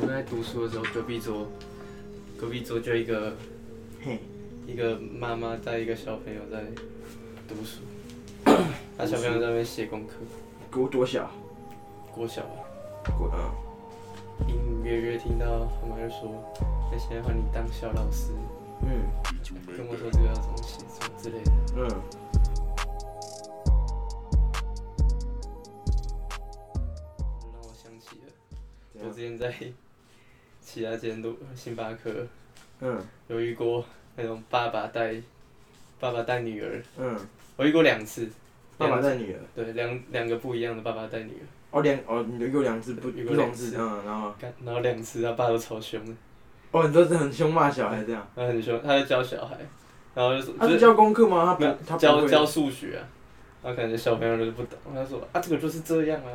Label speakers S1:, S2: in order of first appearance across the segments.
S1: 我在读书的时候，隔壁桌，隔壁桌就一个
S2: 嘿，
S1: 一个妈妈带一个小朋友在读 书，他小朋友在那边写功课，
S2: 国多小？
S1: 国小吧
S2: 国啊，
S1: 隐隐约约听到他妈就说，那现在换你当小老师，
S2: 嗯
S1: 跟我说这个要怎么写作之类的。
S2: 嗯。
S1: 让我想起了，我之前在其他间录星巴克
S2: 嗯
S1: 有遇过那种爸爸带爸爸带女儿，
S2: 嗯，
S1: 我遇过两次，
S2: 爸爸
S1: 两
S2: 带女儿。
S1: 对两两个不一样的爸爸带女儿，
S2: 哦，两哦，你有两只不
S1: 有
S2: 不
S1: 两
S2: 同
S1: 只
S2: 字，嗯，然后
S1: 干然后两次他爸都超凶的，
S2: 哦，你都是很凶骂小孩这样。
S1: 他很凶，他在教小孩，然后就是
S2: 他
S1: 就是
S2: 啊教功课吗？
S1: 没
S2: 他
S1: 有
S2: 不，他不
S1: 教
S2: 会
S1: 教数学啊，然后感觉小朋友就是不懂，他说啊这个就是这样啊，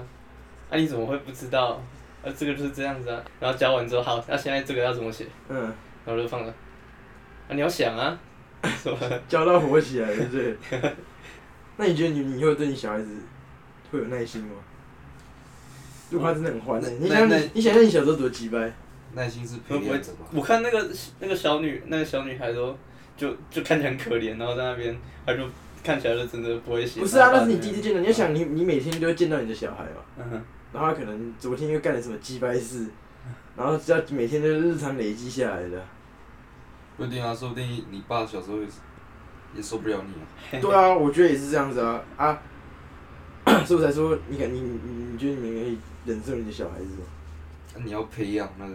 S1: 啊你怎么会不知道？啊这个就是这样子啊，然后教完之后好，那、现在这个要怎么写？
S2: 嗯，
S1: 然后就放了，啊你要想啊，什么？
S2: 教到火起来，对不对？ 那你觉得你以后对你小孩子会有耐心吗？如果他真的很坏，
S1: 嗯
S3: 那
S2: 你
S3: 那
S2: 想
S3: 那
S2: 你你想象你小时候多鸡掰？
S3: 耐心是啊培
S1: 会不会
S3: 养的吧？
S1: 我看那个那个小女那个小女孩都就就看起来很可怜，然后在那边，她就看起来就真的不会写。
S2: 不是啊，
S1: 然
S2: 那
S1: 后
S2: 是
S1: 把
S2: 你第一次见到，你要想你你每天都会见到你的小孩哦嘛，
S1: 嗯哼，
S2: 然后他可能昨天又干了什么鸡 掰事，然后只要每天都是日常累积下来的。
S3: 不一定啊，说不定你爸小时候也是也受不了你啊。
S2: 对啊，我觉得也是这样子啊啊， 所以我才说你敢你你你你觉得你们可以忍受你的小孩子吗？
S3: 那啊你要培养那个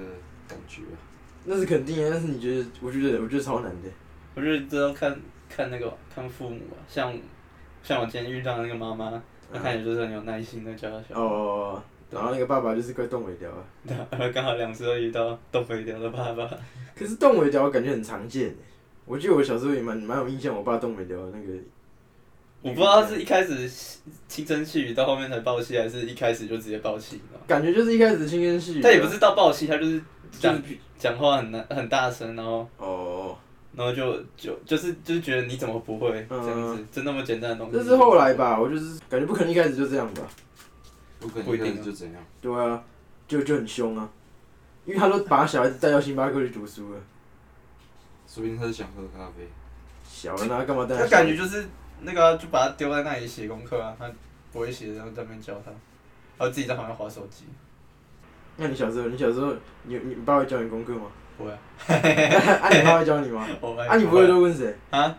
S3: 感觉啊。
S2: 那是肯定啊，但是你觉得？我觉得我觉得超难的。
S1: 我就是这样看看那个看父母啊，像像我今天遇到的那个妈妈，那看起来就是很有耐心的教她小孩，
S2: 哦，然后那个爸爸就是快冻尾雕了，
S1: 对啊，然后刚好两次都遇到东北调的爸爸，
S2: 可是冻尾雕感觉很常见耶欸我记得我小时候也蛮蛮有印象，我爸冻尾雕的那个，
S1: 我不知道是一开始轻声细语到后面才爆气，还是一开始就直接爆气，你知道吗
S2: 感觉就是一开始轻声细语啊，
S1: 但也不是到爆气，他就是
S2: 就
S1: 讲
S2: 是
S1: 讲话很难很大声，然后。
S2: 哦，
S1: 然后就就就是就是觉得你怎么不会这
S2: 嗯
S1: 样子，就那么简单的东西。
S2: 这是后来吧，我就是感觉不可能一开始就这样吧，
S3: 不可
S1: 不
S3: 能
S1: 一定
S3: 一
S1: 啊
S3: 开始就怎样。
S2: 对啊，就就很凶啊，因为他都把小孩子带到星巴克去读书了，
S3: 说不定他是想喝咖啡。
S2: 小人啊干嘛带
S1: 他
S2: 他？
S1: 感觉就是那个啊、就把他丢在那里写功课啊，他不会写，然后在那边教他，然后自己在旁边划手机。
S2: 那你小时候，你小时候，你你你爸会教你功课吗？
S1: 不会啊，
S2: 啊，你爸会教你吗？
S1: 我
S2: 啊，你不会都问谁？
S1: 啊？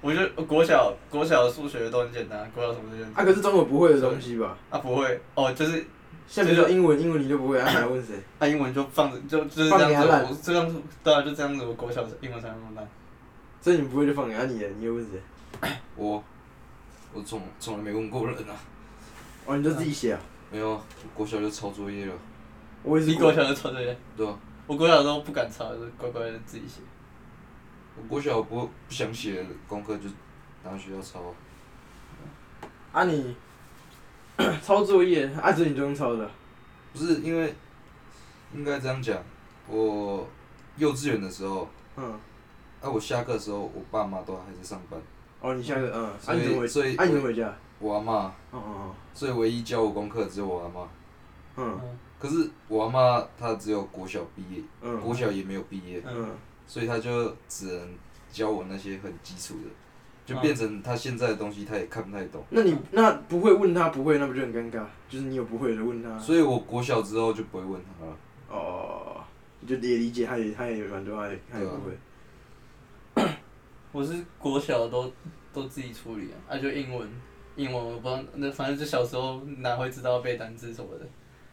S1: 我就我国小国小数学都很简单，国小什么都简单。
S2: 啊，可是中国不会的东西吧？
S1: 啊不会哦，就是
S2: 像比如说英文，英文你都不会，啊，你还问谁？
S1: 啊英文就放着就就是
S2: 放
S1: 这样
S2: 给他
S1: 子，
S2: 烂
S1: 我这样子对啊就这样子，我国小英文才那么烂。
S2: 所以你不会就放给他，你的你又问谁？
S3: 我我从从来没问过人啊。
S2: 哦，你都自己写啊？
S3: 没有啊，我国小就抄作业了。
S2: 我也是
S1: 你国小就抄这些，
S3: 对啊，
S1: 我国小都不敢抄，就乖乖的自己写。
S3: 我国小不不想写功课就拿去学校抄啊。
S2: 啊你 抄作业，啊这你都用抄的啊，
S3: 不是因为，应该这样讲，我幼稚园的时候，
S2: 嗯，
S3: 啊，我下课的时候，我爸妈都还在上班，
S2: 哦你下个嗯，啊
S3: 所
S2: 你怎么
S3: 以
S2: 回？
S3: 所以
S2: 啊你怎么回家？
S3: 我阿妈，
S2: 哦哦
S3: 所以唯一教我功课只有我阿妈。
S2: 哦，嗯
S3: 可是我阿妈她只有国小毕业，
S2: 嗯
S3: 国小也没有毕业，
S2: 嗯，
S3: 所以她就只能教我那些很基础的，就
S1: 嗯
S3: 变成她现在的东西她也看不太懂。
S2: 那你那不会问他不会，那不就很尴尬？就是你有不会的问他，
S3: 所以我国小之后就不会问她了。
S2: 哦，你就也理解他也他也蛮多他也他也不会，
S1: 我是国小都都自己处理啊，啊就英文，英文我不知道，那反正就小时候哪会知道背单词什么的，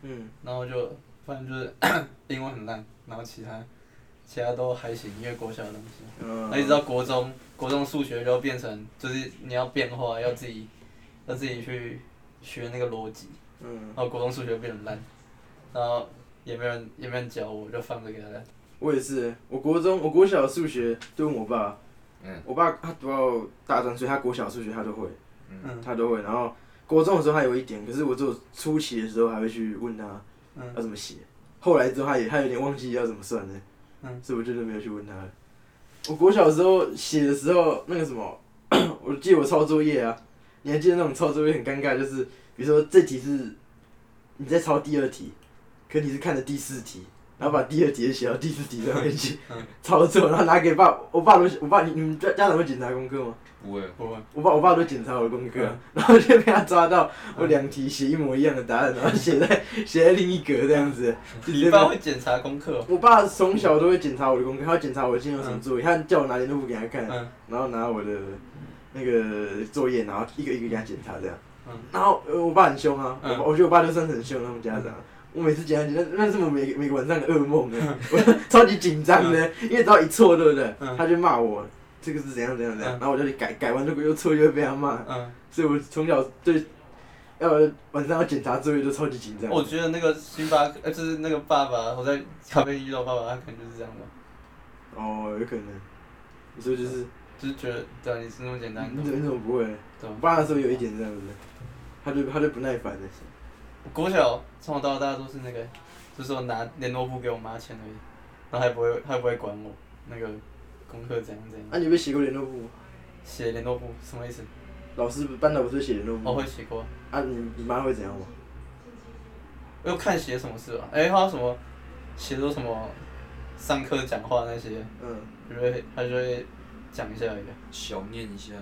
S2: 嗯
S1: 然后就反正就是 英文很烂，然后其他其他都还行，因为国小的东西，
S2: 嗯，
S1: 那一直到国中，国中数学就变成就是你要变化，要自己要自己去学那个逻辑，
S2: 嗯
S1: 然，后国中数学变得很烂，然后也没有人也没有人教我，就放着给他烂，
S2: 我也是，我国中我国小数学都问我爸，
S3: 嗯
S2: 我爸他读到大专，所以他国小数学他都会，
S1: 嗯
S2: 他都会。然后国中的时候他有一点，可是我只有初期的时候还会去问他
S1: 嗯
S2: 要怎么写，后来之后他也他有点忘记要怎么算了，
S1: 嗯
S2: 所以我真的没有去问他了。我国小的时候写的时候，那个什么， 我记得我抄作业啊，你还记得那种抄作业很尴尬，就是比如说这题是你在抄第二题，可你是看着第四题，然后把第二题也写到第四题上面去，
S1: 嗯
S2: 抄错，然后拿给爸，我爸都我爸你你们家家长会检查功课吗？
S3: 不会，
S1: 不会，
S2: 我爸我爸都检查我的功课
S1: 嗯，
S2: 然后就被他抓到我两题写一模一样的答案，然后写在写在另一格这样子。就直接
S1: 你爸会检查功课哦。
S2: 我爸从小都会检查我的功课，他会检查我今天有什么作业，他叫我拿联络簿给他看，
S1: 嗯
S2: 然后拿我的那个作业，然后一个一个给他检查这样。
S1: 嗯
S2: 然后呃我爸很凶啊，我
S1: 嗯
S2: 爸我觉得我爸就算是很凶的那种家长。我每次检查检查，那那是我每每个晚上的噩梦呢，我超级紧张的，因为只要一错对不对，
S1: 嗯
S2: 他就骂我这个是怎样怎样怎样，
S1: 嗯
S2: 然后我就得改改完，如果又错又会被他骂，
S1: 嗯，
S2: 所以我从小对要呃晚上要检查作业都超级紧张。
S1: 我觉得那个星巴克，呃，就是那个爸爸，我在咖啡遇到爸爸，他可能就是这样吧，
S2: 哦，有可能，你说就是。
S1: 就是觉得对啊，你是那么简单
S2: 你
S1: 的
S2: 怎。你怎么不会？
S1: 对
S2: 我爸那时候有一点这样子，他就他就不耐烦了。
S1: 国小从小到大都是那个，就是我拿联络簿给我妈签而已，然后还不会，还不会管我那个功课怎样怎样。
S2: 啊，你有没有写过联络簿？
S1: 写联络簿什么意思？
S2: 老师不班导不是写联络簿？
S1: 我哦会写过，
S2: 啊，你你妈会怎样吗？
S1: 又看写什么事吧。哎、他什么写说什么上课讲话那些，
S2: 嗯，
S1: 就会他就会讲一下而已。啊
S3: 小念一下。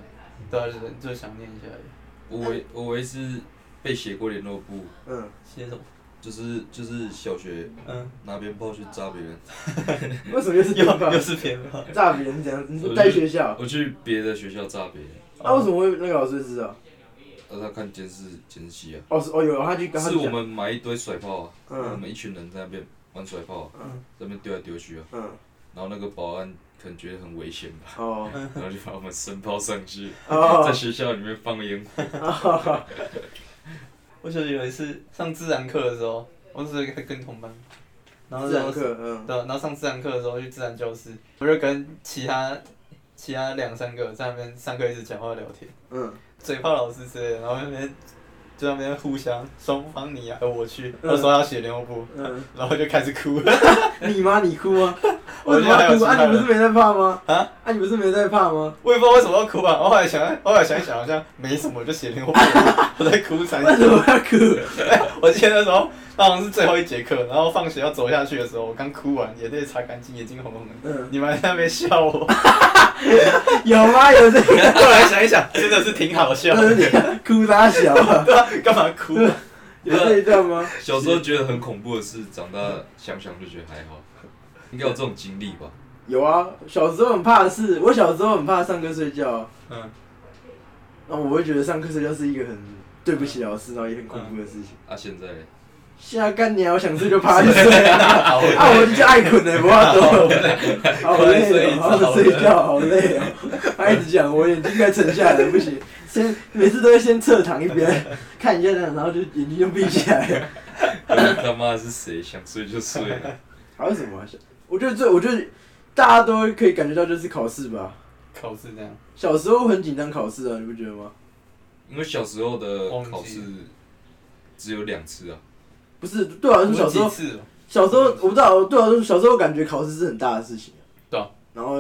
S1: 对啊，就是就是想念一下而已。
S3: 我唯我唯是被写过联络簿，
S2: 嗯，
S1: 写什么？
S3: 就是就是小学
S1: 嗯，
S3: 拿鞭炮去炸别人，
S2: 为什么又是
S1: 又
S2: 电话
S1: 又？是偏吧？
S2: 炸别人这样？你
S3: 我
S2: 说
S3: 就
S2: 在学校？
S1: 哦
S3: 我去别的学校炸别人，
S2: 啊，为什么会那个老师知道？
S3: 让他看监视监视器啊。
S2: 哦，是哦，有他去跟他
S3: 是我
S2: 讲。
S3: 们买一堆甩炮啊，
S2: 嗯
S3: 我们一群人在那边玩甩炮啊，
S2: 嗯
S3: 在那边丢来丢去啊，
S2: 嗯，
S3: 然后那个保安可能觉得很危险吧，
S2: 哦
S1: 嗯
S3: 然后就把我们升抛上去，在
S2: 哦
S3: 学校里面放烟火。
S2: 哦，
S1: 我小学有一次上自然课的时候，我只是跟同班，然后
S2: 自然课，嗯
S1: 对，然后上自然课的时候去自然教室，我就跟其他其他两三个在那边上课一直讲话聊天，
S2: 嗯，
S1: 嘴炮老师之类的，然后那边就在那边互相双方你来我去，
S2: 嗯
S1: 他说要写联络簿，
S2: 嗯，
S1: 然后就开始哭了。
S2: 你妈你哭吗？
S1: 我
S2: 为
S1: 觉
S2: 什
S1: 得
S2: 么
S1: 还有
S2: 要
S1: 其他
S2: 哭啊？你不
S1: 人，
S2: 是没在怕吗？
S1: 啊？
S2: 啊，你不是没在 怕吗？
S1: 我也不知道为什么要哭吧。我后来想，后来想一想，好像没什么，就写联络簿， 我在哭三
S2: 为什
S1: 小。
S2: 么要哭？
S1: 我记得那时候那好像是最后一节课，然后放学要走下去的时候，我刚哭完，眼泪擦干净，眼睛红红的。
S2: 嗯，
S1: 你们还在那边笑我，
S2: 有吗？有这个？
S1: 后来想一想，真的是挺好笑的。
S2: 哭啥小啊？
S1: 对啊，干嘛哭、啊？
S2: 有这一段吗？
S3: 小时候觉得很恐怖的事，长大想想就觉得还好，应该有这种经历吧？
S2: 有啊，小时候很怕的是，我小时候很怕上课睡觉啊，
S1: 嗯，
S2: 那我会觉得上课睡觉是一个很对不起老师，然后也很恐怖的事情。
S3: 啊，现在
S2: 现在干啊娘，我想睡就趴着睡 啊，
S1: 好，
S2: 啊，我就爱困呢，不要走， 好累哦，好
S3: 好
S2: 想
S3: 累
S2: 睡觉，好累哦。他一直讲，我眼睛快沉下来了，不行，先每次都会先侧躺一 边看一下这样，然后就眼睛就闭起来 了。
S3: 他妈的是谁想睡就睡啊，
S2: 还有什么啊？我觉得最，我觉得大家都可以感觉到就是考试吧。
S1: 考试这样，
S2: 小时候很紧张考试啊，你不觉得吗？
S3: 因为小时候的
S1: 忘记
S3: 考试只有两次啊，
S2: 不是，对啊，是小时候
S1: 我几次哦
S2: 小时候我不知道，对啊，小时候感觉考试是很大的事情，
S1: 对啊，
S2: 然后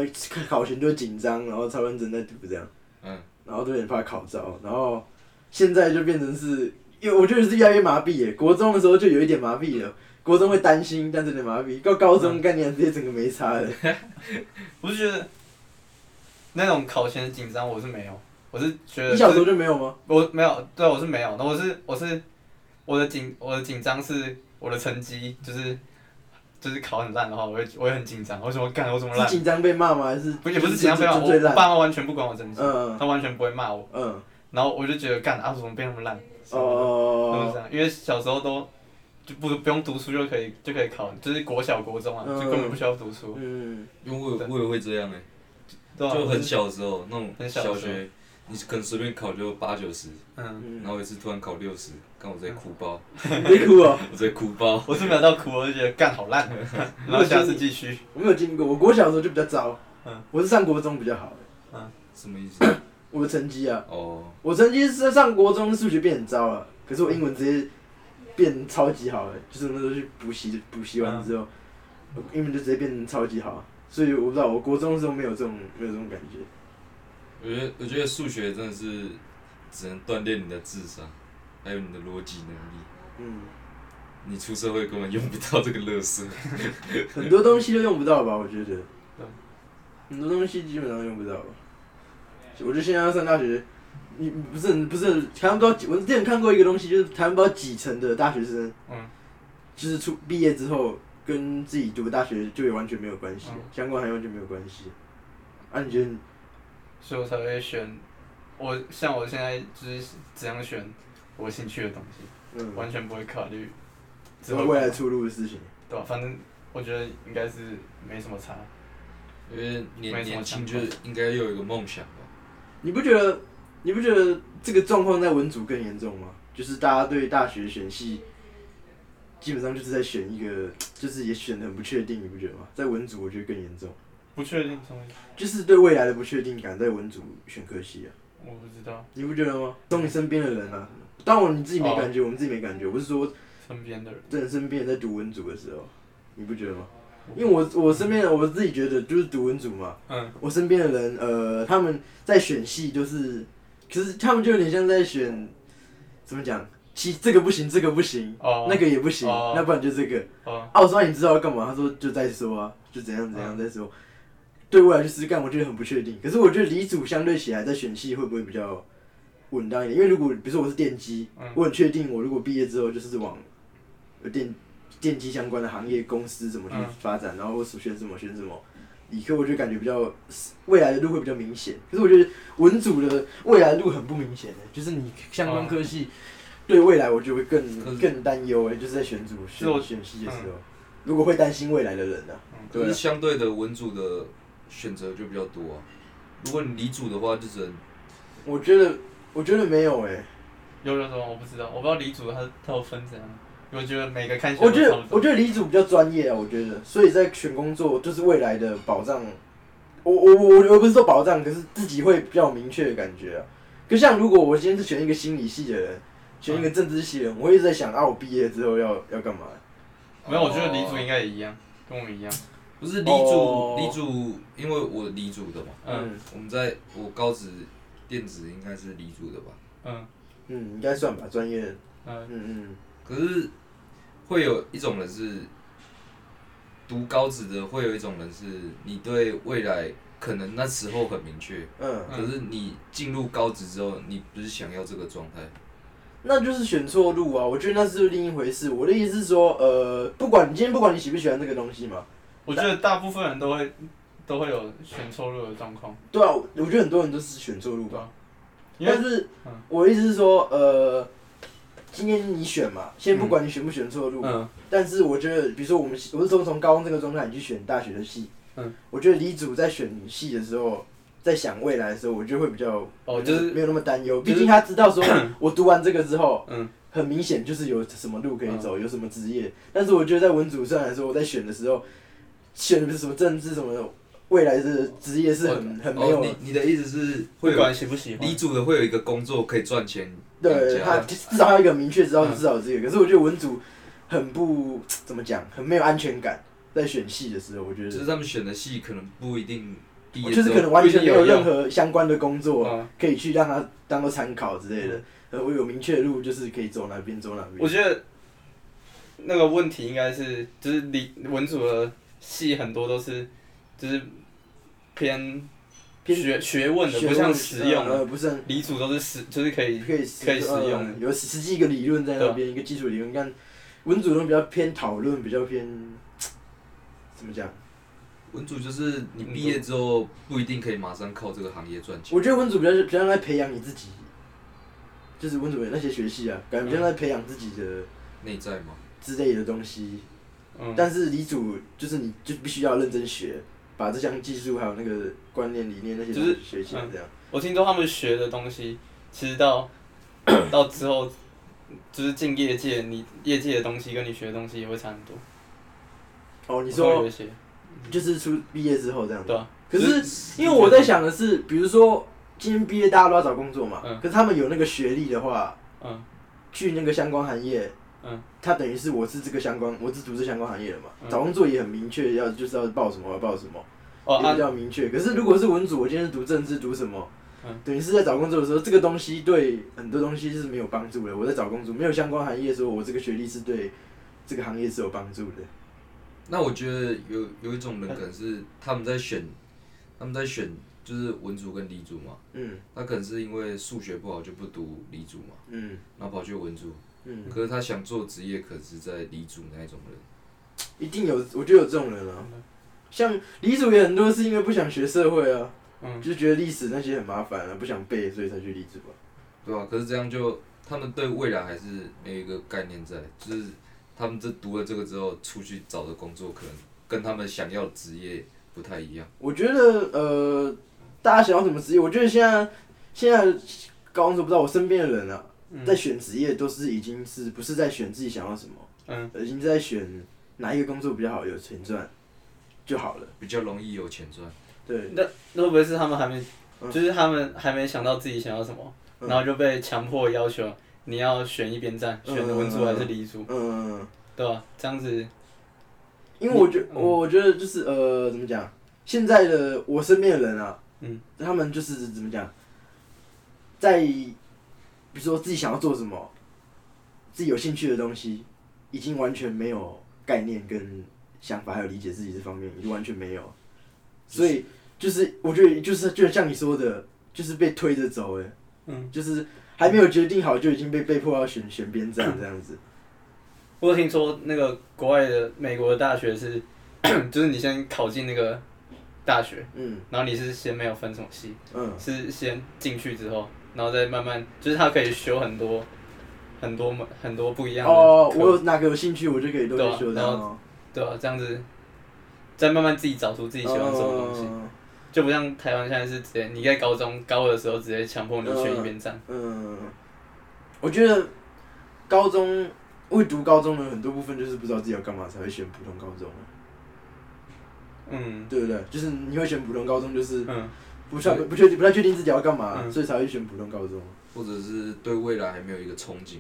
S2: 考前就紧张，然后超认真在读这样，
S3: 嗯，
S2: 然后就很怕考照，然后现在就变成是，因为我觉得是越来越麻痹耶。国中的时候就有一点麻痹了，国中会担心，但是有点麻痹，到高
S1: 嗯
S2: 中概念直接整个没差了。
S1: 我是觉得那种考前的紧张我是没有，我是觉得
S2: 你小时候
S1: 就
S2: 就没有吗？
S1: 我没有，对，我是没有，那我是我是我的紧我的紧张是我的成绩就是就是考很烂的话，我会我会很紧张，我怎么干我怎么烂
S2: 是，紧张被骂吗？还是
S1: 不也不是紧张被骂，
S2: 就
S1: 我
S2: 就最
S1: 我
S2: 烂？
S1: 爸妈完全不管我成绩，
S2: 嗯
S1: 他完全不会骂我，
S2: 嗯
S1: 然后我就觉得干啊怎么变那么烂，什么的都是这
S2: 哦，
S1: 样，因为小时候都就不不用读书就可以就可以考，就是国小国中啊，
S2: 嗯
S1: 就根本不需要读书，
S2: 嗯
S3: 因为我也我也会这样哎、
S1: 对啊，
S3: 就
S1: 我
S3: 很
S1: 是
S3: 小的时候那种
S1: 很小
S3: 小
S1: 的时候
S3: 学，你可能随便考就八九十，
S1: 嗯，
S2: 嗯
S3: 然，后有一次突然考六十，看我在哭包，
S2: 你在哭哦。
S3: 我在哭包，
S1: 我是没有到哭，我就觉得干好 烂，然后下次继续，
S2: 我没有经过，我国小的时候就比较糟，
S1: 嗯
S2: 我是上国中比较好，
S3: 什么意思？
S2: 我的成绩啊，
S3: 哦，
S2: 我成绩是上国中数学变很糟了，可是我英文直接变超级好了，就是我那时候去补习，补习完之后，我英文就直接变超级好，所以我不知道，我国中的时候没有这种没有这种感觉，
S3: 我觉得我觉得数学真的是只能锻炼你的智商，还有你的逻辑能力。
S2: 嗯，
S3: 你出社会根本用不到这个乐色。
S2: 很多东西都用不到吧？我觉得
S1: 对，
S2: 很多东西基本上用不到吧。我觉得现在要上大学，你不是不是台湾不知道几，我之前看过一个东西，就是台湾不知道几成的大学生，
S1: 嗯，
S2: 就是出毕业之后跟自己读的大学就也完全没有关系，
S1: 嗯
S2: 相关行业完全没有关系。啊，你觉得你？
S1: 所以我才会选我像我现在就是怎样选我兴趣的东西，
S2: 嗯，
S1: 完全不会考虑之
S2: 什
S1: 后
S2: 么未来出路的事情？
S1: 对吧？反正我觉得应该是没什么差。
S3: 因为年
S1: 没什么
S3: 年轻就
S1: 想法
S3: 应该要有一个梦想吧。
S2: 你不觉得你不觉得这个状况在文组更严重吗？就是大家对大学选系，基本上就是在选一个，就是也选的很不确定，你不觉得吗？在文组我觉得更严重，
S1: 不确定什么，
S2: 就是对未来的不确定感，在文组选科系啊，
S1: 我不知道
S2: 你不觉得吗？从你身边的人啊，当然你自己没感觉，我们自己没感觉，我是说
S1: 身边的人。
S2: 真的身边人在读文组的时候，你不觉得吗？因为我我身边的我自己觉得就是读文组嘛，
S1: 嗯，
S2: 我身边的人，呃，他们在选戏就是，可是他们就有点像在选，怎么讲？其这个不行，这个不行，
S1: 哦，
S2: 那个也不行，
S1: 哦
S2: 那不然就这个。
S1: 哦，
S2: 啊，我说、啊、你知道要干嘛？他说就再说啊，就怎样怎样再说。对未来去实干，我觉得很不确定。可是我觉得李组相对起来，在选戏会不会比较稳当一点？因为如果比如说我是电机，
S1: 嗯
S2: 我很确定我如果毕业之后就是往呃电电机相关的行业公司怎么去
S1: 嗯
S2: 发展，然后我选什么选什么。理科我就感觉比较未来的路会比较明显，可是我觉得文组的未来路很不明显的，欸就是你相关科
S1: 哦
S2: 系对未来我就会
S3: 可
S2: 更
S3: 是
S2: 更担忧哎，就是在选组
S1: 是
S2: 选
S1: 我嗯
S2: 选系的时候，如果会担心未来的人呢、啊，
S3: 可
S2: 对
S3: 是
S2: 啊，
S3: 相对的文组的选择就比较多啊。如果你理组的话，就只能
S2: 我觉得我觉得没有哎、
S1: 有有什么我不知道，我不知道李主他他有分怎样，我觉得每个看起来
S2: 我
S1: 都
S2: 觉
S1: 差
S2: 得
S1: 不多。
S2: 我觉得李组比较专业啊，我觉得，所以在选工作就是未来的保障，我我我我不是说保障，可是自己会比较有明确的感觉啊。可像如果我今天是选一个心理系的人，选一
S1: 嗯
S2: 个政治系的人，我会一直在想啊，我毕业之后要要干嘛？
S1: 没有，我觉得李主
S3: 哦
S1: 应该也一样，跟我们一样。
S3: 不是理
S2: 哦
S3: 组，理组，因为我理组的嘛，
S1: 嗯
S3: 我们在我高职电子应该是理组的吧。
S1: 嗯
S2: 嗯，应该算吧，专业，
S1: 嗯，
S2: 嗯
S3: 可是会有一种人是读高职的，会有一种人是你对未来可能那时候很明确，
S2: 嗯嗯，
S3: 可是你进入高职之后，你不是想要这个状态。
S2: 那就是选错路啊！我觉得那是另一回事。我的意思是说，呃，不管你今天不管你喜不喜欢这个东西嘛，
S1: 我觉得大部分人都会都会有选错路的状况，
S2: 对啊，我我觉得很多人都是选错路
S1: 对
S2: 吧。
S1: 吧？因为
S2: 但是
S1: 嗯
S2: 我的意思是说，呃，今天你选嘛，先不管你选不选错路，
S1: 嗯
S2: 但是我觉得，比如说我们系，我是从从高中这个状态你去选大学的系，
S1: 嗯，
S2: 我觉得李主在选系的时候，在想未来的时候，我就会比较
S1: 哦就是
S2: 没有那么担忧，
S1: 就是
S2: 毕竟他知道 说我读完这个之后，
S1: 嗯，
S2: 很明显就是有什么路可以走，有什么职业。但是我觉得在文组上来说，我在选的时候，选的不是什么政治什么的，未来的职业是很很没有。
S3: 哦，你你的意思是
S1: 不
S3: 会有
S1: 管喜不喜欢
S3: 理，组的会有一个工作可以赚钱养
S2: 对
S3: 家
S1: 啊
S2: 他至少他有一个明确知道
S1: 嗯
S2: 至少有这个，可是我觉得文组很不怎么讲，很没有安全感。在选系的时候，我觉得
S3: 就是他们选的戏可能不一定毕业
S2: 就是
S3: 之后
S2: 可能完全没有
S1: 不一定有
S2: 任何相关的工作
S1: 嗯
S2: 可以去让他当做参考之类的。呃，我有明确的路，就是可以走哪边走哪
S1: 我
S2: 边。
S1: 觉得那个问题应该是，就是理文组的系很多都是，就是偏
S2: 偏
S1: 学学问嗯的，
S2: 学
S1: 不像实用的。
S2: 呃，不是很
S1: 理组都是实，就是可以
S2: 可以
S1: 可以使
S2: 呃
S1: 用的啊
S2: 有实实际一个理论在那边，一个基础理论。但文组都比较偏讨论，比较偏怎么讲？
S3: 文组就是你毕业之后不一定可以马上靠这个行业赚钱。
S2: 我觉得文组比较比较像在培养你自己，就是文组的那些学系啊，感觉比较像在培养自己的
S3: 内在嘛，
S2: 之类的东西。
S1: 嗯，
S2: 但是理组就是你就必须要认真学，把这项技术还有那个观念理念那些
S1: 就是嗯
S2: 学起来，这样。
S1: 我听说他们学的东西，其实 到到之后，就是进业界，你业界的东西跟你学的东西也会差很多。
S2: 哦，你
S1: 我会
S2: 说
S1: 有一些
S2: 就是出毕业之后这样子。
S1: 对啊，
S2: 可是
S3: 就是
S2: 因为我在想的是，比如说今天毕业大家都要找工作嘛，
S1: 嗯
S2: 可是他们有那个学历的话，
S1: 嗯
S2: 去那个相关行业，
S1: 嗯，
S2: 他等于是我是这个相关，我是读这相关行业的嘛，
S1: 嗯
S2: 找工作也很明确，要就是要报什么要报什么，
S1: 哦
S2: 也
S1: 啊
S2: 比，较明确。可是如果是文组，我今天是读政治读什么，
S1: 嗯
S2: 等于是在找工作的时候，这个东西对很多东西是没有帮助的。我在找工作没有相关行业的时候，我这个学历是对这个行业是有帮助的。
S3: 那我觉得有有一种人可能是他们在选，他们在选就是文组跟理组嘛，
S2: 嗯
S3: 他可能是因为数学不好就不读理组嘛，
S2: 嗯
S3: 然后跑去文组，
S2: 嗯，
S3: 可是他想做职业可是在理组那一种人，
S2: 一定有，我觉得有这种人啊。像李主也很多是因为不想学社会啊，
S1: 嗯，
S2: 就觉得历史那些很麻烦啊，不想背，所以才去理主啊。
S3: 对吧、可是这样就他们对未来还是没有一个概念在，就是他们这读了这个之后出去找的工作可能跟他们想要的职业不太一样，
S2: 我觉得呃，大家想要什么职业？我觉得现在现在高中生不知道，我身边的人啊，
S1: 嗯
S2: 在选职业都是已经是不是在选自己想要什么，
S1: 嗯，
S2: 已经在选哪一个工作比较好，有钱赚就好了。
S3: 比较容易有钱赚。
S2: 对，
S1: 那那会不会是他们还没，
S2: 嗯
S1: 就是他们还没想到自己想要什么，
S2: 嗯
S1: 然后就被强迫要求你要选一边站，
S2: 嗯
S1: 选文组还是理组，
S2: 嗯，
S1: 对吧？这样子，
S2: 因为我觉
S1: 嗯
S2: 我觉得就是呃，怎么讲？现在的我身边的人啊，
S1: 嗯，
S2: 他们就是怎么讲，在比如说自己想要做什么，自己有兴趣的东西，已经完全没有概念跟想法，还有理解自己这方面，已经完全没有。所以就是我觉得就是就像你说的，就是被推着走，哎，
S1: 嗯，
S2: 就是还没有决定好就已经被被迫要选选边站这样子。
S1: 我有听说那个国外的美国的大学是， 就是你先考进那个大学，
S2: 嗯
S1: 然后你是先没有分什么系，
S2: 嗯
S1: 是先进去之后，然后再慢慢，就是他可以修很多很多门很多不一样的
S2: 哦，
S1: 课
S2: 我有哪个有兴趣，我就可以都
S1: 对
S2: 去
S1: 啊
S2: 修
S1: 然
S2: 到
S1: 后
S2: 哦。
S1: 对啊，这样子再慢慢自己找出自己喜欢什么东西，
S2: 嗯
S1: 就不像台湾现在是直接你在高中高二的时候直接强迫你选一边站，
S2: 嗯，我觉得高中会读高中的很多部分就是不知道自己要干嘛才会选普通高中，啊
S1: 嗯
S2: 对不对？就是你会选普通高中，就是
S1: 嗯
S2: 不确
S3: 对
S2: 不确定不太确定自己要干嘛，
S1: 嗯
S2: 所以才会选普通高中。
S3: 或者是对未来还没有一个憧憬，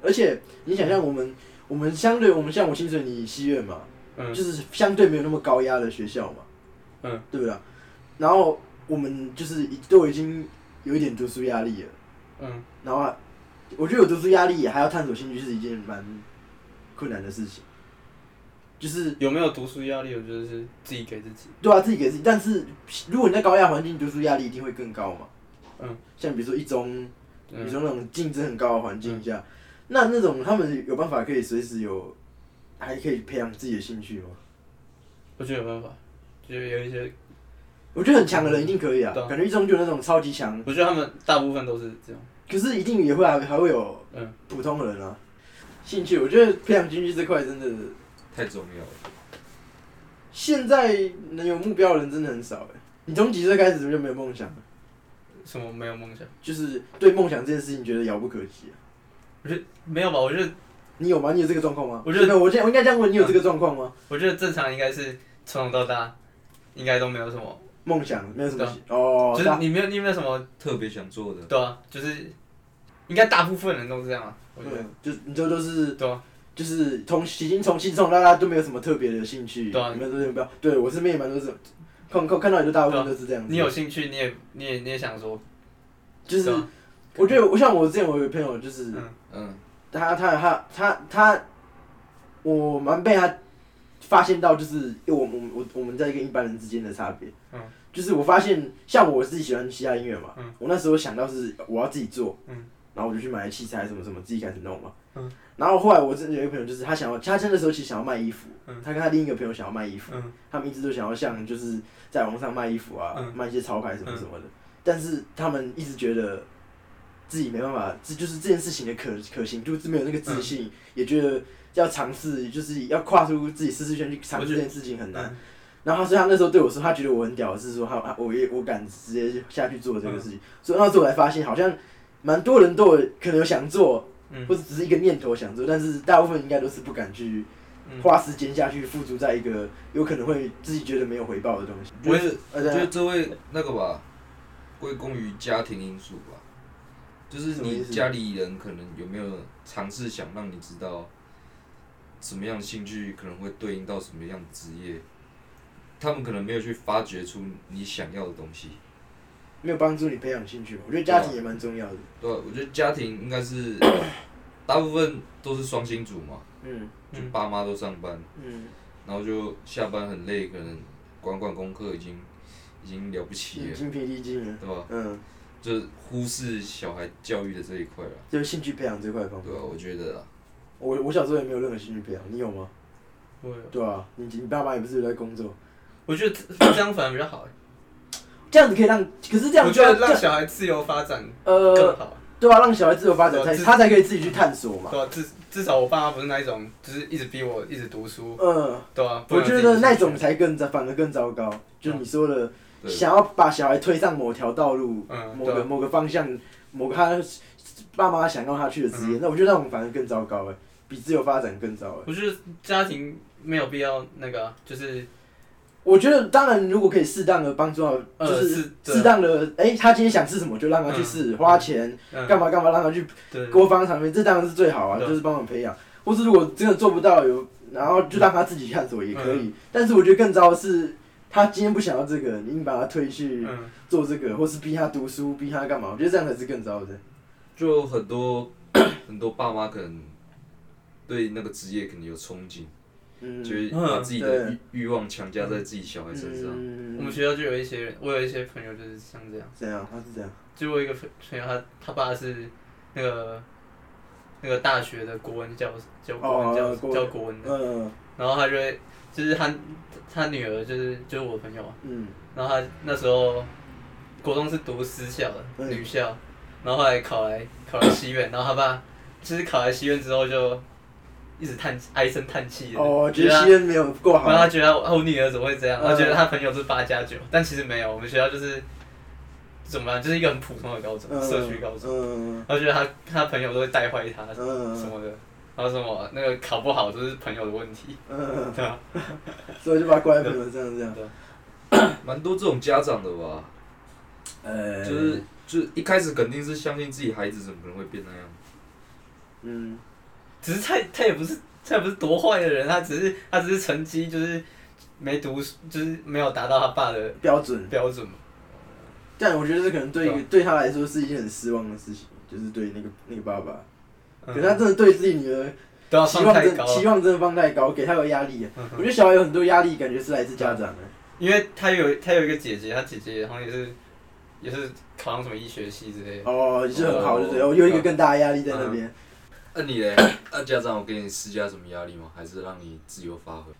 S2: 而
S1: 嗯
S2: 且你想象我们我们相对我们像我清水你西院嘛，
S1: 嗯
S2: 就是相对没有那么高压的学校嘛，
S1: 嗯，
S2: 对不对？然后我们就是已都已经有一点读书压力了。
S1: 嗯
S2: 然后啊我觉得有读书压力，还要探索兴趣是一件蛮困难的事情。就是
S1: 有没有读书压力，我觉得是自己给自己，
S2: 对啊，自己给自己，但是如果你在高压环境，读书压力一定会更高嘛。
S1: 嗯，
S2: 像比如说一中，比如
S1: 嗯
S2: 说那种竞争很高的环境下，那那种他们有办法可以随时有，还可以培养自己的兴趣吗？
S1: 我觉得有办法，就是有一些，
S2: 我觉得很强的人一定可以啊
S1: 对，啊
S2: 感觉一中就有那种超级强，
S1: 我觉得他们大部分都是这样，
S2: 可是一定也会啊还还会有
S1: 嗯
S2: 普通人啊。兴趣，我觉得培养兴趣这块真的
S3: 太重要了。
S2: 现在能有目标的人真的很少哎。你从几岁开始就没有梦想了？
S1: 什么没有梦想，
S2: 就是对梦想这件事情觉得遥不可及啊、
S1: 我觉得没有吧，我觉得
S2: 你有吗？你有这个状况吗？
S1: 我觉得
S2: 没有，我现在我应该这样问，你有这个状况吗？
S1: 我觉得正常应该是从小到大应该都没有什么，
S2: 梦想没有什么
S1: 对啊
S2: 哦，
S1: 就是
S2: 大
S1: 你没有你没有什么，
S3: 哦特别想做的，
S1: 对啊，就是应该大部分人都是这样啊，我觉得，
S2: 嗯，就你这都是
S1: 对啊，
S2: 就是从已经从心从小到大都没有什么特别的兴趣，
S1: 对啊
S2: 没有特别目标。对我身边也蛮多这种，看看看到也就大部分
S1: 啊
S2: 都是这样子。
S1: 你有兴趣，你也你也你也想说，
S2: 就是
S1: 对啊
S2: 我觉得我像我之前我有个朋友就是
S1: 嗯
S3: 嗯，
S2: 他他他他他，我蛮被他发现到，就是因为我们我我们在跟一般人之间的差别。
S1: 嗯。
S2: 就是我发现，像我自己喜欢嘻哈音乐嘛，
S1: 嗯
S2: 我那时候想到是我要自己做，
S1: 嗯
S2: 然后我就去买器材什么什么，自己开始弄嘛。
S1: 嗯。
S2: 然后后来我真的有一个朋友，就是他想要，他真的时候其实想要卖衣服，
S1: 嗯
S2: 他跟他另一个朋友想要卖衣服，
S1: 嗯
S2: 他们一直都想要像就是在网上卖衣服啊，
S1: 嗯
S2: 卖一些潮牌什么什么的，但是他们一直觉得自己没办法，这就是这件事情的可可行度是没有那个自信，
S1: 嗯
S2: 也觉得要尝试，就是要跨出自己舒适圈去尝
S1: 我
S2: 试
S1: 觉
S2: 这
S1: 得
S2: 件事情很难。
S1: 嗯
S2: 然后他所以他那时候对我说，他觉得我很屌，是说他他我也我敢直接下去做这个事情，所以那时候我才发现，好像蛮多人都有可能有想做，
S1: 嗯
S2: 或者只是一个念头想做，但是大部分应该都是不敢去
S1: 嗯
S2: 花时间下去付出在一个有可能会自己觉得没有回报的东西。
S3: 我也是，
S2: 呃，
S3: 嗯我觉
S2: 对
S3: 得
S2: 啊
S3: 这会那个吧，归功于家庭因素吧，就是
S2: 什么意
S3: 你
S2: 思
S3: 家里人可能有没有尝试想让你知道，什么样的兴趣可能会对应到什么样的职业，他们可能没有去发掘出你想要的东西。
S2: 没有帮助你培养兴趣嘛，我觉得家庭也蛮重要的。
S3: 对啊，我觉得家庭应该是大部分都是双薪族嘛，
S2: 嗯
S3: 就爸妈都上班，
S2: 嗯
S3: 然后就下班很累，可能管管功课已经已经了不起
S2: 嗯，
S3: 了，
S2: 精疲力尽了。
S3: 对吧？
S2: 嗯，
S3: 就是忽视小孩教育的这一块了，
S2: 就是兴趣培养这块方面
S3: 对。啊，我觉得啊，
S2: 我我小时候也没有任何兴趣培养，你有吗？
S1: 我有，
S2: 对啊，你你爸妈也不是有在工作，
S1: 我觉得这样反而比较好。
S2: 这样子可以让，可是这样
S1: 我觉得
S2: 这样
S1: 让小孩自由发展
S2: 呃
S1: 更好，
S2: 对啊，让小孩自由发展才
S1: 自
S2: 他才可以自己去探索嘛。
S1: 对吧、啊至至少我爸妈不是那一种，就是一直逼我一直读书，
S2: 嗯，
S1: 对吧、啊？
S2: 我觉得那种才更糟，反而更糟糕。就
S1: 啊
S2: 你说的，
S3: 对，
S2: 想要把小孩推上某条道路，
S1: 嗯
S2: 某
S1: 对
S2: 个
S1: 啊
S2: 某个方向，某个他爸妈想让他去的职
S1: 嗯
S2: 业，那我觉得那种反而更糟糕哎，比自由发展更糟哎。
S1: 我觉得家庭没有必要那个啊，就是
S2: 我觉得当然，如果可以适当的帮助到，
S1: 呃
S2: 就是
S1: 是对啊
S2: 适当的，哎，他今天想吃什么就让他去
S1: 嗯
S2: 试，花钱
S1: 嗯，
S2: 干嘛干嘛让他去
S1: 对，
S2: 国防场面，这当然是最好啊，
S1: 对
S2: 就是帮我们培养。或是如果真的做不到，有然后就让他自己探索也可以。
S1: 嗯
S2: 但是我觉得更糟的是，他今天不想要这个，你硬把他推去
S1: 嗯，
S2: 做这个，或是逼他读书，逼他干嘛？我觉得这样才是更糟的。
S3: 就很多 很多爸妈可能对那个职业可能有憧憬，
S2: 嗯，
S3: 就是
S1: 嗯
S3: 把自己的
S2: 对
S3: 欲欲望强加在自己小孩身上。
S1: 我们
S2: 嗯，
S1: 学校就有一些人，我有一些朋友就是像这样，
S2: 这样他是这样，
S1: 就我有一个朋朋友他他爸是那个那个大学的国文教教国文教
S2: 哦国文
S1: 教国文的，
S2: 嗯
S1: 然后他就会就是他他女儿就是就是我朋友啊，
S2: 嗯
S1: 然后他那时候国中是读私校的
S2: 嗯
S1: 女校，然后后来考来考来西院，然后他爸就是考来西院之后就一直叹唉声叹气的，
S2: 哦，觉
S1: 觉得
S2: 得
S1: 他
S2: 吸烟没有够
S1: 然啊后他
S2: 好，
S1: 觉得他我女儿怎么会这样？
S2: 嗯
S1: 他觉得他朋友是八加九，但其实没有，我们学校就是怎么样，就是一个很普通的高中，
S2: 嗯
S1: 社区高中。
S2: 嗯
S1: 他觉得他他朋友都会带坏他什
S2: 嗯
S1: 么的，然后什么那个考不好就是朋友的问 题，
S2: 嗯，
S1: 对吧？
S2: 所以就把他关在朋友这样这样，嗯
S3: 蛮多这种家长的吧，
S2: 呃，
S3: 就是就是一开始肯定是相信自己孩子怎么可能会变那样，
S2: 嗯。
S1: 只是他他也不是他也不是多坏的人，他只是他只是成绩就是没读书，就是没有达到他爸的
S2: 标准，
S1: 标准嘛。
S2: 但我觉得这可能对一个
S1: 对啊
S2: 对他来说是一件很失望的事情，就是对那个那个爸爸，
S1: 嗯
S2: 可是他真的对自己女儿
S1: 都要
S2: 期
S1: 放
S2: 望
S1: 太
S2: 真
S1: 高啊
S2: 期
S1: 了，
S2: 望真的放太高，给他有压力啊。
S1: 嗯
S2: 我觉得小孩有很多压力，感觉是来自家长的。
S1: 因为他有他有一个姐姐，他姐姐好像也是也是考上什么医学系之类的。
S2: 哦，就是很好，
S3: 哦
S2: 对不对？我有一个更大的压力在那边。
S3: 那、你 嘞？那、家长有给你施加什么压力吗？还是让你自由发挥？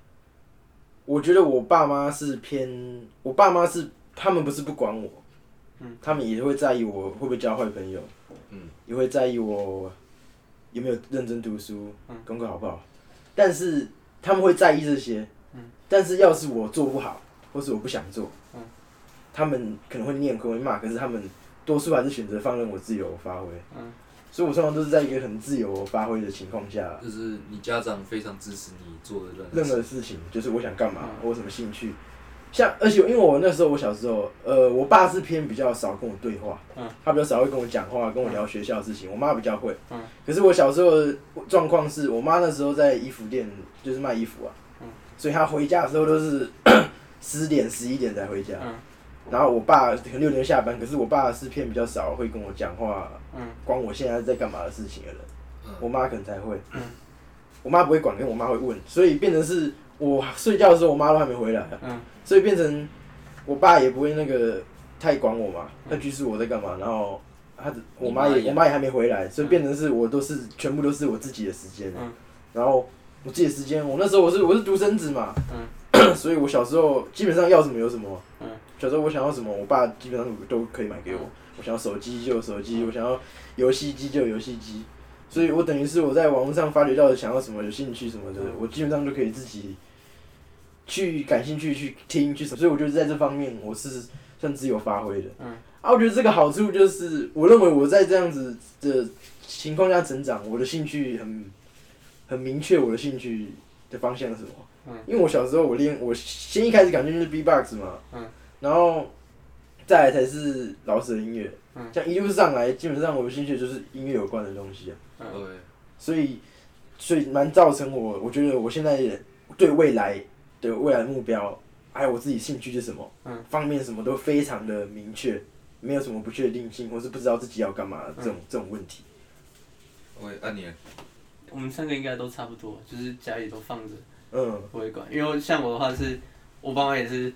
S2: 我觉得我爸妈是偏，我爸妈是他们不是不管我，
S1: 嗯
S2: 他们也会在意我会不会交坏朋友，
S3: 嗯，
S2: 也会在意我有没有认真读书
S1: 嗯，
S2: 功课好不好。但是他们会在意这些，但是要是我做不好，或是我不想做，
S1: 嗯
S2: 他们可能会念，可能会骂，可是他们多数还是选择放任我自由发挥。
S1: 嗯
S2: 所以我通常都是在一个很自由发挥的情况下，
S3: 就是你家长非常支持你做的任何
S2: 任
S3: 事，
S2: 何事情，就是我想干嘛，
S1: 嗯
S2: 我有什么兴趣。像，而且因为我那时候我小时候，呃，我爸是偏比较少跟我对话，
S1: 嗯
S2: 他比较少会跟我讲话，跟我聊学校的事情。我妈比较会，
S1: 嗯
S2: 可是我小时候的状况是我妈那时候在衣服店就是卖衣服啊，
S1: 嗯
S2: 所以她回家的时候都是 十点十一点才回家，
S1: 嗯
S2: 然后我爸可能六点下班，可是我爸是偏比较少会跟我讲话，
S1: 嗯
S2: 管我现在在干嘛的事情的人。我
S3: 嗯，
S2: 妈可能才会
S1: 嗯。
S2: 我妈不会管，跟我妈会问，所以变成是我睡觉的时候，我妈都还没回来，啊
S1: 嗯
S2: 所以变成我爸也不会那个太管我嘛，他居是我在干嘛，然后他只我妈
S3: 你妈
S2: 也
S3: 也
S2: 我妈也还没回来，所以变成是我都是全部都是我自己的时间，
S1: 嗯
S2: 然后我自己的时间，我那时候我是我是独生子嘛， 所以我小时候基本上要什么有什么，
S1: 嗯
S2: 小时候我想要什么，我爸基本上都可以买给我。我想要手机就有手机，我想要游戏机就有游戏机，所以我等于是我在网络上发掘到想要什么有兴趣什么的，
S1: 嗯
S2: 我基本上就可以自己去感兴趣去听去什么，所以我觉得在这方面我是算自由发挥的。
S1: 嗯
S2: 啊，我觉得这个好处就是，我认为我在这样子的情况下成长，我的兴趣很很明确，我的兴趣的方向是什么。
S1: 嗯
S2: 因为我小时候我练，我先一开始感觉就是 B-box 嘛，
S1: 嗯
S2: 然后再来才是老舍音乐，
S1: 嗯
S2: 像一路上来，基本上我的兴趣就是音乐有关的东西啊，
S1: 嗯
S3: 对，
S2: 所以所以蛮造成我，我觉得我现在也对未来的未来目标，还有我自己兴趣是什么，
S1: 嗯
S2: 方面什么都非常的明确，没有什么不
S1: 嗯
S2: 确定性或是不知道自己要干嘛的这种、这种问题。
S3: 啊我也按你嘞，
S1: 我们三个应该都差不多，就是家里都放着，
S2: 嗯，
S1: 不会管。因为像我的话是，我爸妈也是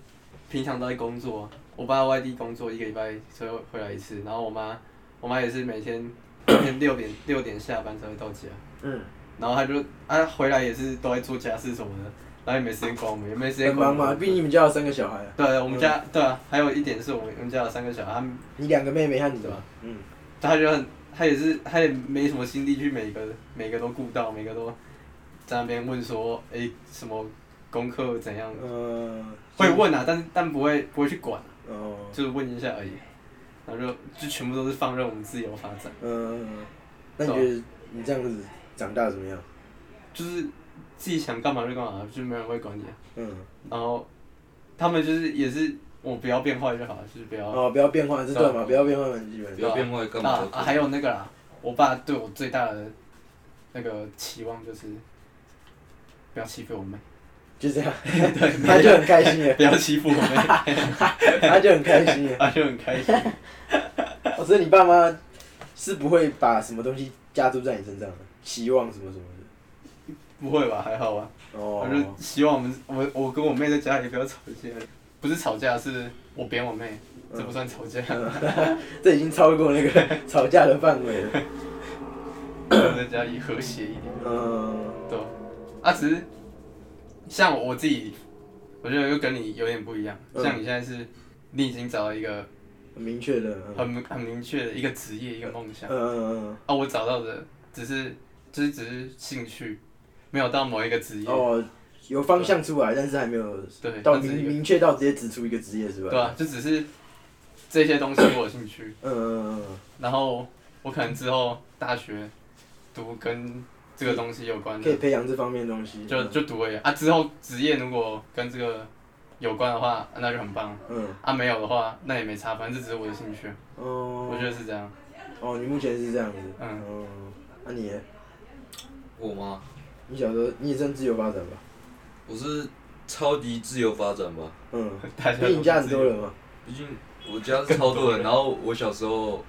S1: 平常都在工作，啊我爸外地工作一个礼拜才会回来一次，然后我妈，我妈也是每天每天六点六点下班才会到家，
S2: 嗯，
S1: 然后她就她回来也是都在做家事什么的，然后也没时间管我们，也没时间
S2: 很
S1: 管
S2: 忙
S1: 我
S2: 嘛，
S1: 们。
S2: 毕竟你们家有三个小孩啊，
S1: 对，我们家、对啊，还有一点是我们我们家有三个小孩，他们
S2: 你两个妹妹和你
S1: 对吧，
S2: 嗯，
S1: 他就很，他也是，他也没什么心力去每个每个都顾到，每个都在那边问说，哎、什么功课怎样？
S2: 呃，
S1: 会问啊，但是但不会不会去管，啊
S2: 哦，
S1: 就是问一下而已。然后就就全部都是放任我们自由发展，
S2: 嗯，那你觉
S1: 啊
S2: 得你这样子长大怎么样？
S1: 就是自己想干嘛就干嘛，就没人会管你、啊。
S2: 嗯，
S1: 然后他们就是也是我不要变坏就好了，就是不要
S2: 哦，不要变坏，这段嘛，不要变坏蛮基本
S3: 不
S2: 的，
S3: 要变坏干嘛
S1: 啊
S3: 都可以？
S1: 啊还有那个啦，我爸对我最大的那个期望就是不要欺负 我妹，
S2: 就这样，
S1: 对，
S2: 他就很开心 耶，
S1: 不要欺负我妹，
S2: 他就很开心耶。
S1: 他就很开心。
S2: 哦，所以你爸妈是不会把什么东西加注在你身上的，期望什么什么的。
S1: 不会吧？还好吧。我
S2: 哦
S1: 就，希望我们，我我跟我妹在家里不要吵架，不是吵架，是我扁我妹，这不算吵架。
S2: 这已经超过那个 吵架的范围了。
S1: 在家里和谐一点，
S2: 嗯，
S1: 对吧。啊，只是像我自己，我觉得又跟你有点不一样。
S2: 嗯
S1: 像你现在是，你已经找到一个
S2: 很明确的。嗯
S1: 很明很明确的一个职业，一个梦想。
S2: 嗯嗯
S1: 啊，我找到的只是就是只是兴趣，没有到某一个职
S2: 嗯。
S1: 业。
S2: 哦，有方向出来，但是还没有
S1: 对，
S2: 到
S1: 但是
S2: 明
S1: 一个
S2: 明确到直接指出一个职业是吧？
S1: 对啊，就只是这些东西我有兴趣，
S2: 嗯嗯嗯
S1: 然后我可能之后大学读跟这个东西有关
S2: 嗯，可以
S1: 的，
S2: 培养这方面的东西。
S1: 就就读而已啊。之后职业如果跟这个有关的话，啊那就很棒
S2: 嗯
S1: 啊；没有的话，那也没差，反正这只是我的兴趣，我
S2: 哦
S1: 觉得是这样。
S2: 哦，你目前是这样子。
S1: 嗯
S2: 哦，那你呢
S3: 我吗？
S2: 你小时候你也算自由发展吧？
S3: 我是超级自由发展吧，
S2: 嗯，
S1: 大家
S2: 比你家很多
S1: 了，
S2: 人嘛。
S3: 毕竟我家是超多人。然后我小时候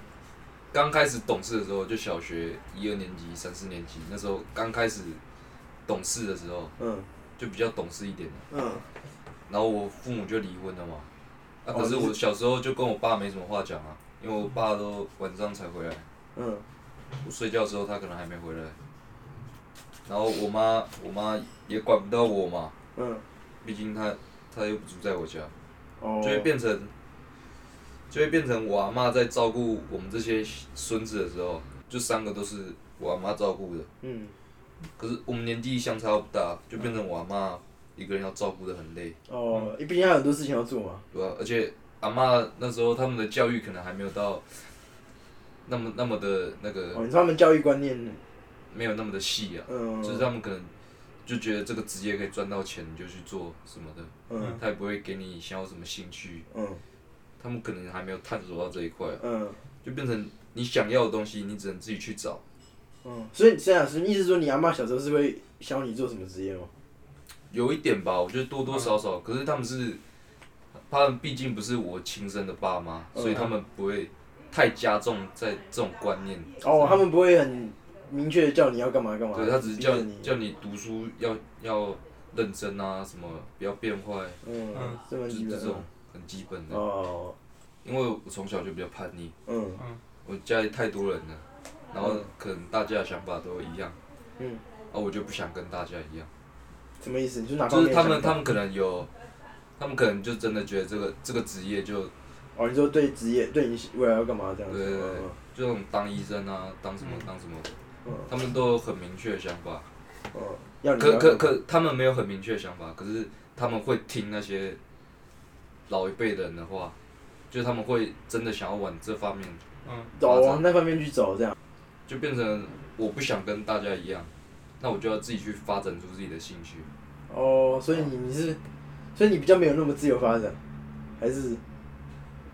S3: 刚开始懂事的时候，就小学一二年级、三四年级那时候刚开始懂事的时候，
S2: 嗯
S3: 就比较懂事一点。
S2: 嗯。
S3: 然后我父母就离婚了嘛，啊，
S2: 哦
S3: 可是
S2: 你是
S3: 我小时候就跟我爸没什么话讲啊，因为我爸都晚上才回来，
S2: 嗯
S3: 我睡觉的时候他可能还没回来。然后我妈，我妈也管不到我嘛，
S2: 嗯，
S3: 毕竟她她又不住在我家。
S2: 哦，
S3: 就会变成，就会变成我阿妈在照顾我们这些孙子的时候，就三个都是我阿妈照顾的。
S2: 嗯，
S3: 可是我们年纪相差不大，就变成我阿妈一个人要照顾的很累，
S2: 哦，毕竟还有很多事情要做嘛，
S3: 对吧、而且阿妈那时候他们的教育可能还没有到那么那么的那
S2: 哦，
S3: 个，
S2: 你说他们教育观念，
S3: 没有那么的细啊，
S2: 嗯，
S3: 就是他们可能。就觉得这个职业可以赚到钱，你就去做什么的，
S2: 嗯
S3: 他也不会给你想要什么兴趣，
S2: 嗯
S3: 他们可能还没有探索到这一块。
S2: 嗯
S3: 就变成你想要的东西，你只能自己去找。
S2: 嗯，所以这样，所以你意思说你阿妈小时候是会教你做什么职业吗？
S3: 有一点吧，我觉得多多少
S2: 嗯
S3: 少，可是他们是，他们毕竟不是我亲生的爸妈，
S2: 嗯
S3: 所以他们不会太加重在这种观念。
S2: 哦，他们不会很明确的叫你要干嘛干嘛，
S3: 啊对他只是叫
S2: 逼着你，
S3: 叫你读书要要认真啊，什么不要变坏，
S2: 嗯
S1: 嗯，
S2: 这
S3: 就
S2: 蛮基
S3: 是
S2: 本啊的
S3: 这种，很基本的。
S2: 哦，
S3: 因为我从小就比较叛逆，
S2: 嗯
S3: 我家里太多人了，然后可能大家的想法都一样，
S2: 嗯，
S3: 啊，我就不想跟大家一样。
S2: 什么意思？你说哪方面
S3: 就是
S2: 的
S3: 他
S2: 想法？
S3: 们，他们可能有，他们可能就真的觉得这个这个职业就
S2: 哦，你说对职业，对你未来要干嘛这样子？
S3: 对对对
S2: 嗯
S3: 就那种当医生啊，当什么当什么，
S2: 嗯
S3: 他们都有很明确的想法。
S2: 嗯，要你
S3: 可
S2: 要
S3: 可
S2: 干嘛，
S3: 可，他们没有很明确的想法，可是他们会听那些老一辈的人的话，就是他们会真的想要往这方面，
S1: 嗯，
S2: 走往那方面去走这样，
S3: 就变成我不想跟大家一样，那我就要自己去发展出自己的兴趣。
S2: 哦，所以你你是，所以你比较没有那么自由发展，还是？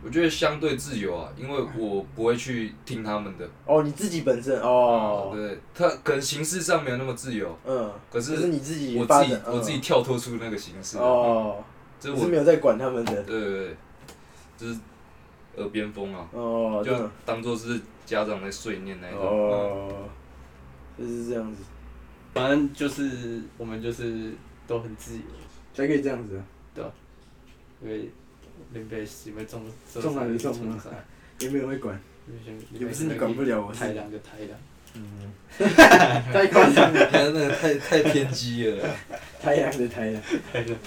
S3: 我觉得相对自由啊，因为我不会去听他们的，
S2: 哦，你自己本身哦，
S3: 对，他可能形式上没有那么自由，
S2: 嗯，
S3: 可
S2: 就是是你自己
S3: 我
S2: 发
S3: 自己
S2: 展，
S3: 我自己
S2: 嗯
S3: 跳脱出那个形式，啊
S2: 哦，
S3: 这
S2: 就是
S3: 我
S2: 是没有在管他们的
S3: 对对对，就是耳边风啊，
S2: 哦，
S3: 就当做是家长在碎念那一种。
S2: 哦，就是这样子，
S1: 反正就是我们就是都很自由，
S2: 才可以这样子啊，
S1: 因为林北是因为中
S2: 中了就中了
S1: 中 了
S2: 也没有人会管，也不是你管不了我，
S1: 太
S2: 是
S1: 凉就太 凉，
S2: 嗯，太夸张了，
S3: 那个太太偏激了啦。
S2: 太阳的太阳，
S1: 太凉。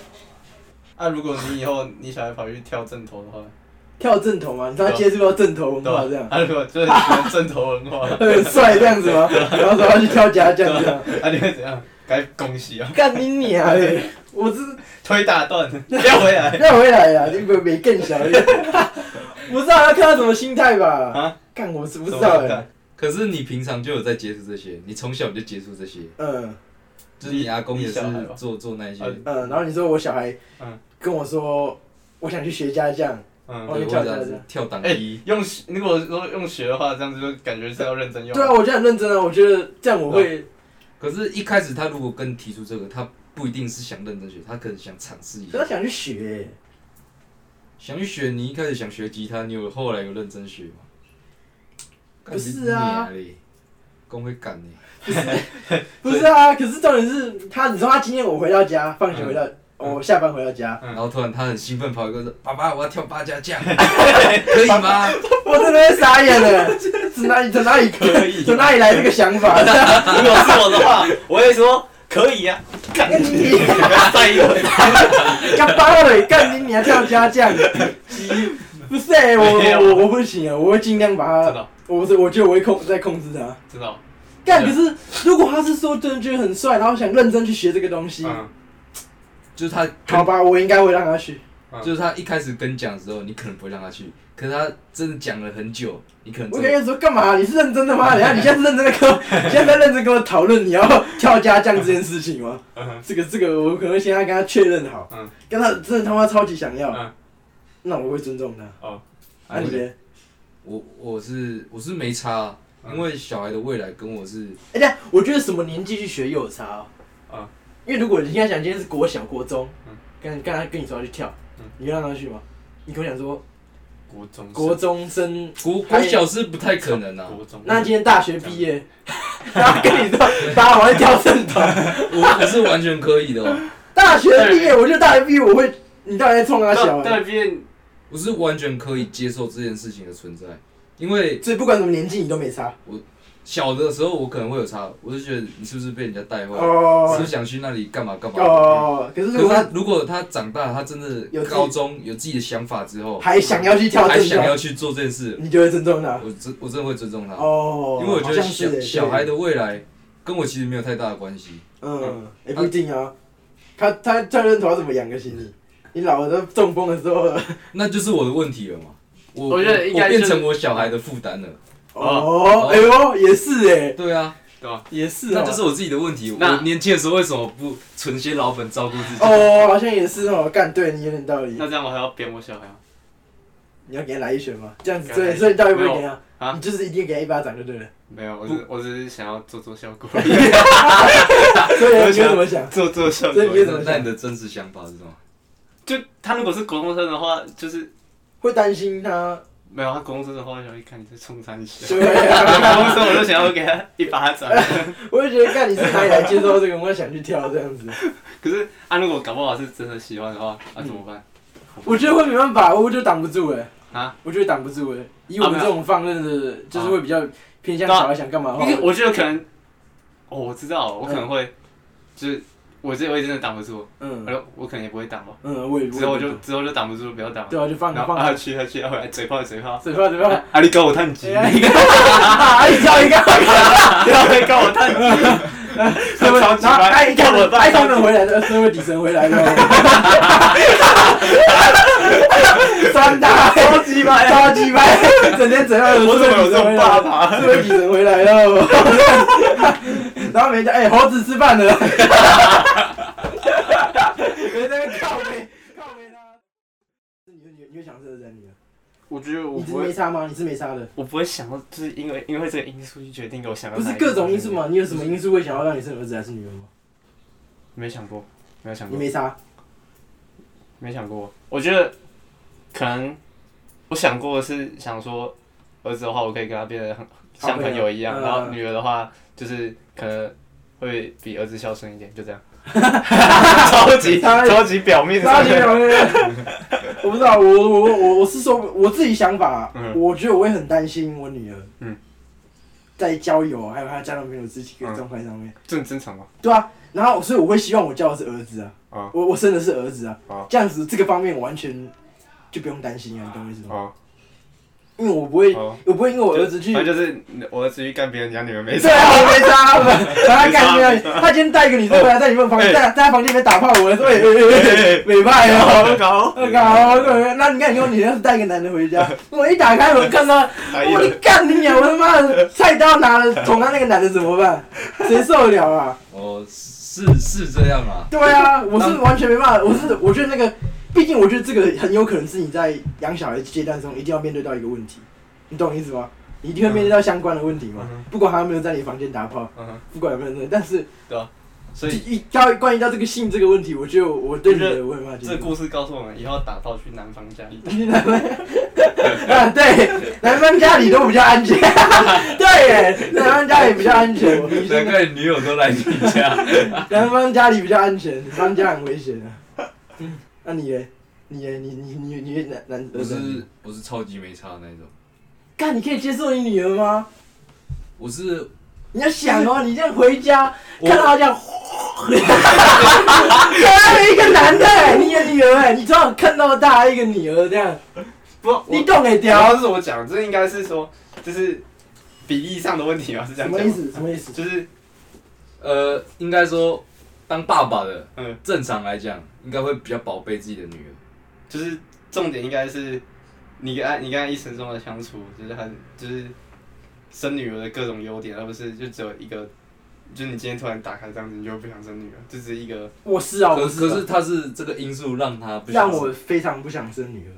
S1: 啊，如果你以后你小孩跑去跳正头的话，
S2: 跳正头嘛，你让他接触到正头文
S1: 对吧
S2: 化这样？，
S1: 啊，如果就是喜欢正头文化，
S2: 他很帅这样子吗？然后说他去跳夹将这样，
S1: 啊，你会怎样？该恭喜啊，
S2: 干你娘嘞！我这
S1: 推打断，要回来。
S2: 要回来呀，你不没更小一 点？不知道他看他什么心态吧
S1: 啊？
S2: 干我是 不
S1: 不
S2: 知道哎，
S3: 可是你平常就有在接触这些，你从小就接触这些，
S2: 嗯
S3: 就是你阿公也
S1: 你
S3: 是
S1: 小孩吧
S3: 做做那些，
S1: 啊
S2: 嗯，然后你说我小孩
S1: 嗯
S2: 跟我说我想去学家将，
S1: 嗯
S2: 哦
S3: 对，
S2: 你
S3: 或
S2: 跳
S3: 者
S2: 跳
S3: 是
S2: 跳
S3: 跳档
S1: 哎
S3: 衣，
S1: 用学如果说用学的话，这样子就感觉是要认真用。
S2: 对啊，我就很认真啊，我觉得这样我会，
S3: 可是，一开始他如果跟提出这个，他不一定是想认真学，他可能想尝试一
S2: 可是他
S3: 下。
S2: 想去学，欸
S3: 想去学，你一开始想学吉他，你有后来有认真学吗？
S2: 不是啊
S3: 干你娘嘞，公会干你。
S2: 不是啊？可是重点是他，你说他今天我回到家，放学回到，哦我下班回到家，
S1: 嗯
S3: 然后突然他很兴奋跑 一个说：“爸爸，我要跳八家将，可以吗
S2: 我真的会傻眼 了，从哪里从哪里
S1: 可以
S2: 从哪里来这个想 法？
S1: 如果是我的话，我会说可以呀、啊，干
S2: 干
S1: 你
S2: 你！
S1: 再一个，
S2: 干巴了，干你你还跳家将，急不是、欸、我
S1: 没有
S2: 我我不行啊，我会尽量把
S1: 真
S2: 他，
S1: 的
S2: 我是我觉得我会控在控制他。
S1: 真的，
S2: 干，可
S3: 对
S2: 是如果他是说真的觉得很帅，然后想认真去学这个东西，
S1: 嗯，？”
S3: 就是他
S2: 好吧，我应该会让他去。
S3: 就是他一开始跟你讲的时候，你可能不会让他去，可是他真的讲了很久，你可能
S2: 我
S3: 真
S2: 跟
S3: 的
S2: 他说干嘛？你是认真的吗？
S1: 嗯
S2: 等一下你现在是认真的跟我， 你现在在认真跟我讨论你要跳家将这件事情吗？
S1: 嗯
S2: 这个这个，我可能会先跟他确认好，
S1: 嗯
S2: 跟他真的他妈超级想要，
S1: 嗯
S2: 那我会尊重他。那、
S3: 啊
S2: 你
S3: 我
S2: 觉得？
S3: 我我是我是没差啊，
S1: 嗯
S3: 因为小孩的未来跟我是
S2: 哎、对，我觉得什么年纪去学又有差哦。
S1: 啊
S2: 因为如果你现在想今天是国小、国中，
S1: 嗯
S2: 跟跟他跟你说要去跳，
S1: 嗯
S2: 你会让他去吗？你跟我讲说
S1: 国中
S3: 嗯
S1: 生
S2: 国中生，
S3: 国
S2: 他
S3: 国
S2: 也
S3: 小是不太 可能啊，
S1: 国中，
S2: 那今天大学毕业，
S3: 嗯
S2: 然后跟你说，爸，我要跳正 头。
S3: 我我是完全可以的、哦，
S2: 大学毕业，我觉得大学毕业我会，你到底在冲他笑、
S1: 大
S2: 欸？
S1: 大毕业
S3: 我是完全可以接受这件事情的存在，因为
S2: 所以不管什么年纪你都没差。
S3: 小的时候我可能会有差，我就觉得你是不是被人家带坏，是不
S2: 哦
S3: 是想去那里干嘛干嘛。
S2: 哦，可是
S3: 可
S2: 如
S3: 是
S2: 果
S3: 他
S2: 他
S3: 如果他长大，他真的
S2: 有自己
S3: 高中有自己的想法之后，
S2: 还想要去跳
S3: 还
S2: 正
S3: 想要
S2: 头，
S3: 去做这件事，
S2: 你就会尊重他。
S3: 我真我真的会尊重他。
S2: 哦，
S3: 嗯因为我觉
S2: 好
S3: 得
S2: 像
S3: 小
S2: 是欸
S3: 小孩
S2: 对
S3: 的未来跟我其实没有太大的关系。
S2: 嗯，也不一定啊。他他教练头要怎么养个心理？你老了中风的时候，
S3: 那就是我的问题了嘛。我
S1: 我觉得应该
S3: 我
S1: 就是
S3: 变成我小孩的负担了。
S2: 哦，哎呦，也是哎，
S3: 对啊，
S2: 也是
S3: 那
S2: 哦
S3: 就是，我自己的问题。
S1: 那
S3: 我年轻的时候为什么不存些老本照顾自己？
S2: 哦，好像也是哦，干，对你有点道理
S1: 那。这样我还要扁我小孩吗？啊
S2: 你要给他来一拳吗？这样子
S1: 给他来一拳
S2: 对，所以你到底会不会给他？
S1: 啊
S2: 你就是一定给他一巴掌就 对了。
S1: 没有，我只我只是想要做做效果，
S2: 所以你会怎么想？
S1: 做做效
S2: 所
S1: 果
S2: 以。你会怎么
S3: 那
S2: 想
S3: 你？的真实想法是什么？
S1: 就他如果是国中生的话，就是
S2: 会担心他？
S1: 没有他国中生的话，我想一看你是冲三小。
S2: 对 啊，
S1: 国中生我就想要给他一巴掌，
S2: 我就觉得干你是哪里来接受这个？我想去跳这样子。
S1: 可是啊，如果搞不好是真的喜欢的话，啊怎么办？
S2: 我觉得会没办法，我就挡不住哎。
S1: 啊，
S2: 我觉得挡不住哎。以我们这种放任的，就是会比较偏向小孩想干嘛的话
S1: 因为。我觉得可能，哦，我知道，我可能会，就是我这我也真的挡不住，
S2: 嗯
S1: 我就哎我可能也不会挡吧，
S2: 嗯，我也
S1: 之后就之后就挡不住，不要挡，
S2: 对啊，就放
S1: 然后
S2: 放
S1: 啊去啊去啊，回来嘴炮嘴炮，
S2: 嘴巴嘴巴，
S1: 啊你搞我探机，
S2: 哎 一个，一跳一个，
S1: 啊你搞我探机，
S2: 然后
S1: 超级白
S2: 哎一
S1: 干我
S2: 个，
S1: 蛋
S2: 哎他们回来的社会底层回来了，酸他，
S1: 超级白，
S2: 超级白，整天嘴巴
S1: 我怎么有这种爸爸？
S2: 社会底层回来了，然后人家哎猴子吃饭了，没在那靠背靠背他，你会你会想这个人你啊？
S1: 我觉得我
S2: 你是
S1: 不
S2: 没
S1: 会，
S2: 差吗？你是没差的。
S1: 我不会想到，就是因为因为这个因素去决定我想要
S2: 不是
S1: 哪一个
S2: 各种因素，嘛？你有什么因素会想要让你生儿子还是女儿吗？
S1: 没想过，没有想
S2: 你
S1: 过，
S2: 没差，
S1: 没想过，我觉得可能我想过的是想说，儿子的话我可以跟他变得很像朋友一样，啊
S2: 嗯
S1: 然后女儿的话就是可能会比儿子孝顺一点， 就这样。超级
S2: 他
S1: 超级表面
S2: 大
S1: 上
S2: 家觉
S1: 的，
S2: 得 我不知道，我我我我是说我自己想法，啊
S1: 嗯
S2: 我觉得我会很担心我女儿，
S1: 嗯
S2: 在交友还有她交男朋友这几个
S1: 嗯
S2: 状态上面，
S1: 这很正常嘛。
S2: 对啊，然后所以我会希望我教的是儿子啊，
S1: 啊
S2: 我我生的是儿子啊，
S1: 啊
S2: 这样子这个方面我完全就不用担心啊，你懂我意思吗？
S1: 哦，
S2: 因为我不会，
S1: 哦
S2: 我不会因为我儿子去
S1: 反正就是我儿子去干别人家女儿没事
S2: 对。啊，我没杀他们，把他干掉。他今天带一个女生回来，在你们房
S1: 哎
S2: 在在他房间里面打炮，我说哎哎哎哎，美派哦。
S1: 搞
S2: 我靠！那你看，你看，你要是带一个男的回家，我一打开门看到，
S1: 哎
S2: 我
S1: 呦
S2: 的干你娘！我他妈的菜刀拿了捅到那个男的怎么办？谁受得了啊？
S3: 哦，是是这样啊，
S2: 对啊，我是完全没办法，我是我觉得那个，毕竟我觉得这个很有可能是你在养小孩阶段中一定要面对到一个问题，你懂我意思吗？你一定会面对到相关的问题嘛
S1: 嗯哼，
S2: 不管他有没有在你房间打炮，
S1: 嗯哼，
S2: 不管有没有那个，但是
S1: 所以
S2: 一到关于到这个性这个问题，我就我对你的我很怕接
S1: 这
S2: 受。
S1: 故事告诉我们，以后打炮去男方家里打。
S2: 啊，对，男方家里都比较安全， 对耶，男方家里比较 安 全，女
S3: 难
S2: 生
S3: 怪女友都来你家。
S2: 男方家里比较安全，女方家很危险啊。 那你嘞？你嘞？你你你你男男
S3: 我是我是超级没差的那一种，
S2: 干，你可以接受你女儿吗？
S3: 我是
S2: 你要想哦，你这样回家，
S3: 我
S2: 看到她这样， 看到一个男的耶，你的女儿哎，你从小看到大一个女儿这样，
S1: 不，我
S2: 你懂 哎，
S1: 然
S2: 屌
S1: 后，是我讲，这应该是说，就是比例上的问题吧，是这
S2: 什
S1: 样
S2: 么
S1: 讲
S2: 意
S1: 吗。
S2: 思？什么意思？
S1: 就是
S3: 呃，应该说当爸爸的，
S1: 嗯
S3: 正常来讲应该会比较宝贝自己的女儿。
S1: 就是重点应该是你跟他你跟他一生中的相处，就是很就是生女儿的各种优点，而不是就只有一个。就是你今天突然打开这样子，你就不想生女儿，这只是一个
S2: 我是啊，
S3: 可
S2: 我
S3: 可
S2: 啊
S3: 是他是这个因素让他不想
S2: 让我非常不想生女儿，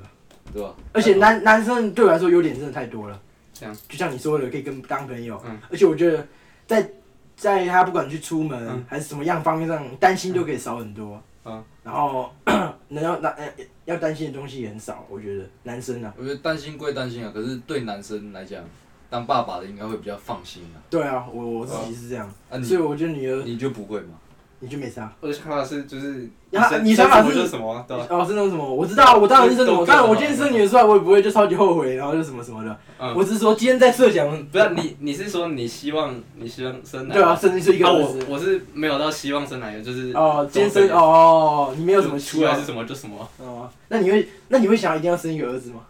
S3: 对吧？
S2: 而且男男生对我来说优点真的太多了。
S1: 这样，
S2: 就像你说的，可以跟当朋友，
S1: 嗯
S2: 而且我觉得在在他不管去出门、
S1: 嗯
S2: 还是什么样方面上，担心就可以少很多。
S1: 嗯
S2: 然后 能要那呃要担心的东西也很少，我觉得男生啊，
S3: 我觉得担心归担心啊，可是对男生来讲，当爸爸的应该会比较放心啊。
S2: 对啊，我我自己是这样，
S1: 嗯
S3: 啊
S2: 所
S3: 你，
S2: 以我觉得女儿
S3: 你就不会嘛？
S2: 啊你就没啥。
S1: 我的想法是就是
S2: 呀
S1: 生
S2: 你
S1: 生
S2: 想法
S1: 什么
S2: 是
S1: 就是什么啊，对吧？
S2: 哦，是那种什么？我知道，我当然是那种。当然，我今天生女儿出来，我也不会就超级后悔，然后就什么什么的。
S1: 嗯
S2: 我只是说今天在设想，
S1: 不是你，你是说你希望你希望生男？
S2: 对啊，，甚至是一个
S1: 啊，
S2: 儿
S1: 我
S2: 子。
S1: 我是没有到希望生男友，就是
S2: 哦，今天生
S1: 就
S2: 哦，你没有什么期
S1: 出来
S2: 望
S1: 是什么就什么。
S2: 哦？那你会那你会想要一定要生一个儿子吗？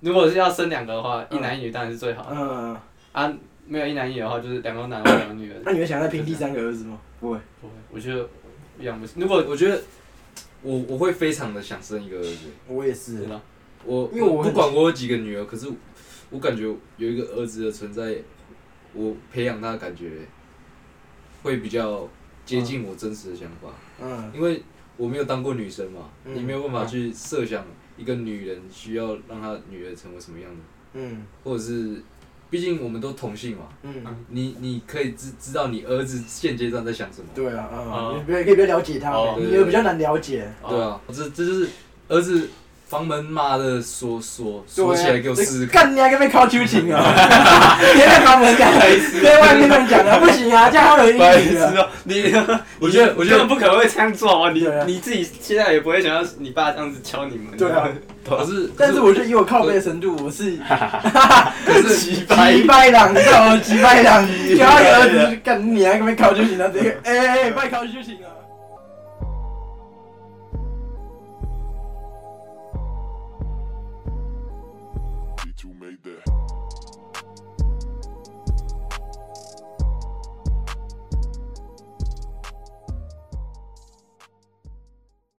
S1: 如果是要生两个的话，
S2: 嗯
S1: 一男一女当然是最好
S2: 嗯，
S1: 啊。没有一男一女的话，就是两个男的两个女的。
S2: 那你会想再拼第三个儿子吗？不会。
S1: 不会，我觉得养不起。如
S3: 我
S1: 果
S3: 我觉得我我会非常的想生一个儿子。
S2: 我也是
S1: 真。的
S3: 我
S2: 因为我
S3: 不管我有几个女儿，可是我感觉有一个儿子的存在，我培养他的感觉会比较接近我真实的想法，
S2: 嗯，
S3: 因为我没有当过女生嘛，
S2: 嗯
S3: 你没有办法去设想一个女人需要让她女儿成为什么样子，
S2: 嗯
S3: 或者是，毕竟我们都同性嘛，
S2: 嗯，
S3: 你你可以知知道你儿子现阶段在想什么，
S2: 对啊，嗯，
S1: 哦
S2: 你不要可以不要了解他
S1: 哦，
S2: 你也比较难了解。
S3: 对啊，
S2: 哦
S3: 这这就是儿子房门妈的锁锁锁
S2: 对
S3: 起
S2: 啊
S3: 来给我试试看。
S2: 干你还跟被靠秋情啊！别在房门干，对外面乱讲啊，不行啊，这样会有
S1: 白
S2: 阴
S1: 痴
S2: 影啊。
S1: 哦， 你
S3: 我觉得我
S1: 你
S3: 觉得
S1: 根本不可能会这样做啊！你
S2: 对啊
S1: 你自己现在也不会想要你爸这样子敲你们。
S2: 对啊，
S3: 可是，
S2: 但是我觉得以我靠背的程度，我是
S3: 可是
S1: 鸡掰
S2: 几百两，你知道吗？几百两，只要有儿子干你还跟被靠秋情啊，这个哎哎，别靠秋情啊。